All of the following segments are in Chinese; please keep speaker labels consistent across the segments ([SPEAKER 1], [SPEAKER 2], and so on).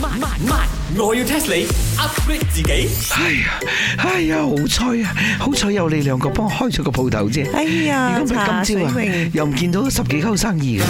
[SPEAKER 1] 慢慢，我要 test 你 upgrade 自己。
[SPEAKER 2] 哎呀，哎呀，好彩啊！好彩有你兩個幫我開咗個鋪頭啫。
[SPEAKER 3] 哎呀
[SPEAKER 2] 如果唔係今朝
[SPEAKER 3] 茶
[SPEAKER 2] 啊
[SPEAKER 3] 水榮，
[SPEAKER 2] 又唔見到十幾溝生意嘅。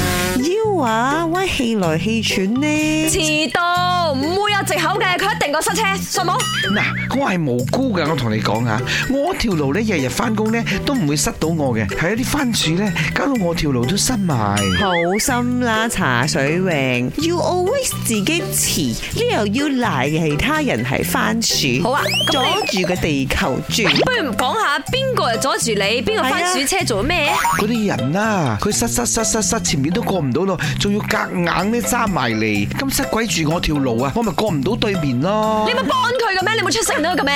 [SPEAKER 3] 腰啊，喂，氣來氣喘呢。
[SPEAKER 4] 遲到唔會有藉口嘅，佢一定個塞車，信冇？
[SPEAKER 2] 嗱，我係無辜㗎，我同你講啊，我條路咧日日翻工咧都唔會塞到我嘅，係一啲番薯咧搞到我條路都塞埋。
[SPEAKER 3] 好心啦，茶水榮，You always 自己遲，你又要賴其他人係番薯，
[SPEAKER 4] 好啊
[SPEAKER 3] 阻
[SPEAKER 4] 咁你
[SPEAKER 3] 住個地球轉。
[SPEAKER 4] 不如唔講下邊個又阻住你，邊個番薯車做咩？
[SPEAKER 2] 嗰啲人啊，佢塞塞塞塞塞，前面都過唔到咯，仲要夾硬咧揸埋嚟，咁塞鬼住我條路啊，我咪過唔到對面咯
[SPEAKER 4] 你。咪幫佢嘅咩？你冇出聲到嘅咩？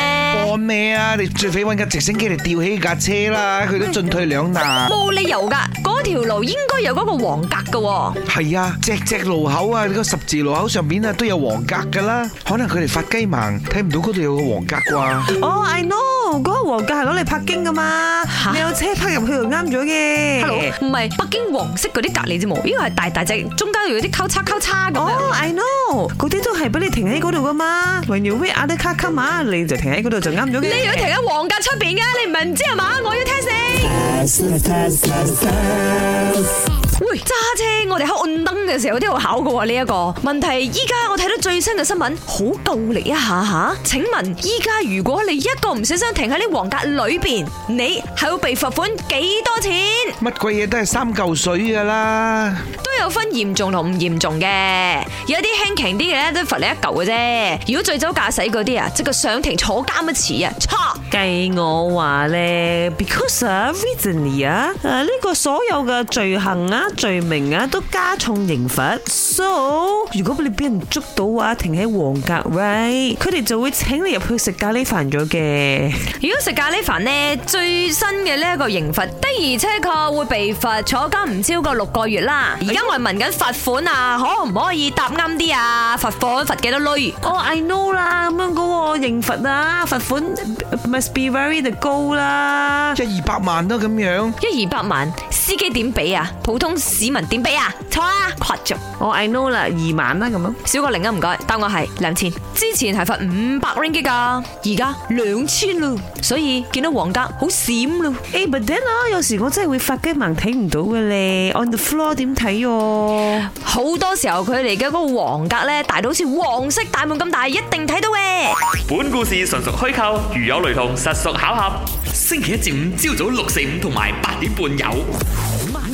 [SPEAKER 2] 我咩啊？你最肥揾架直升機嚟吊起架車啦，佢都進退兩難。
[SPEAKER 4] 冇理由噶，嗰條路應該有嗰個黃格嘅喎。
[SPEAKER 2] 係啊，隻隻路口啊，你個十字路口上邊啊都有黃格噶啦，可能佢哋發雞盲睇唔到嗰度有個黃格啩。
[SPEAKER 3] 哦，I know，嗰個黃格係攞嚟泊京噶嘛，你有車泊入去就啱咗嘅。
[SPEAKER 4] Hello，唔係北京黃色嗰啲隔離啫喎，呢個係大大隻，中間又有啲交叉交叉咁樣。
[SPEAKER 3] 哦，I know，嗰啲都係俾你停喺嗰度噶嘛。When you wait other car come 啊，你就停喺嗰度就啱咗嘅。
[SPEAKER 4] 你要停喺黃格出邊嘅，你唔係唔知係嘛？我要 test 你。喂，揸車我哋喺按燈嘅時候都有考過喎呢一個問題。依家我睇到最新嘅新聞，好夠力一下下。請問依家如果你一個唔小心停喺呢黃格裏邊，你係會被罰款幾多錢？
[SPEAKER 2] 乜鬼嘢都係三嚿水噶啦，
[SPEAKER 4] 都有分嚴重同唔嚴重嘅，有啲輕輕啲嘅咧都罰你一嚿嘅啫。如果醉酒駕駛嗰啲啊，即係個上庭坐監一次啊，錯。
[SPEAKER 3] 計我話咧，because 啊，recently 啊，誒呢個所有嘅罪行啊、罪名啊都加重刑罰。So 如果你俾人捉到啊，停喺黃格 right，佢哋就會請你入去食咖喱飯咗嘅。
[SPEAKER 4] 如果食咖喱飯呢，最新嘅呢一個刑罰的而且確會被罰坐監唔超過六個月啦。而家我係問緊罰款啊，可唔可以答啱啲啊？罰款罰幾多鐳？
[SPEAKER 3] 哦、i know 啦，咁樣嗰個刑罰啊，罰款 must be very 高啦。
[SPEAKER 2] 一二百萬都咁樣。
[SPEAKER 4] 一二百萬，司機點俾啊？普通市民點俾啊？錯啊，誇張，
[SPEAKER 3] 我、I 哦 know 啦，二萬啦咁樣。
[SPEAKER 4] 少個零啊，唔該。答案係兩千，之前係罰五百 ringgit 噶，而家兩千咯。所以見到黃格好閃咯。
[SPEAKER 3] 誒，but then 啊，有時我真係會發雞盲睇唔到嘅咧，on the floor 點睇啊喎？
[SPEAKER 4] 好多時候佢哋嘅嗰個黃格呢，大到好似黃色大門咁大，一定睇到嘅。
[SPEAKER 5] 本故事純屬虛構，如有雷同，實屬巧合。
[SPEAKER 1] 星期一至五朝早六四五同埋八點半有。慢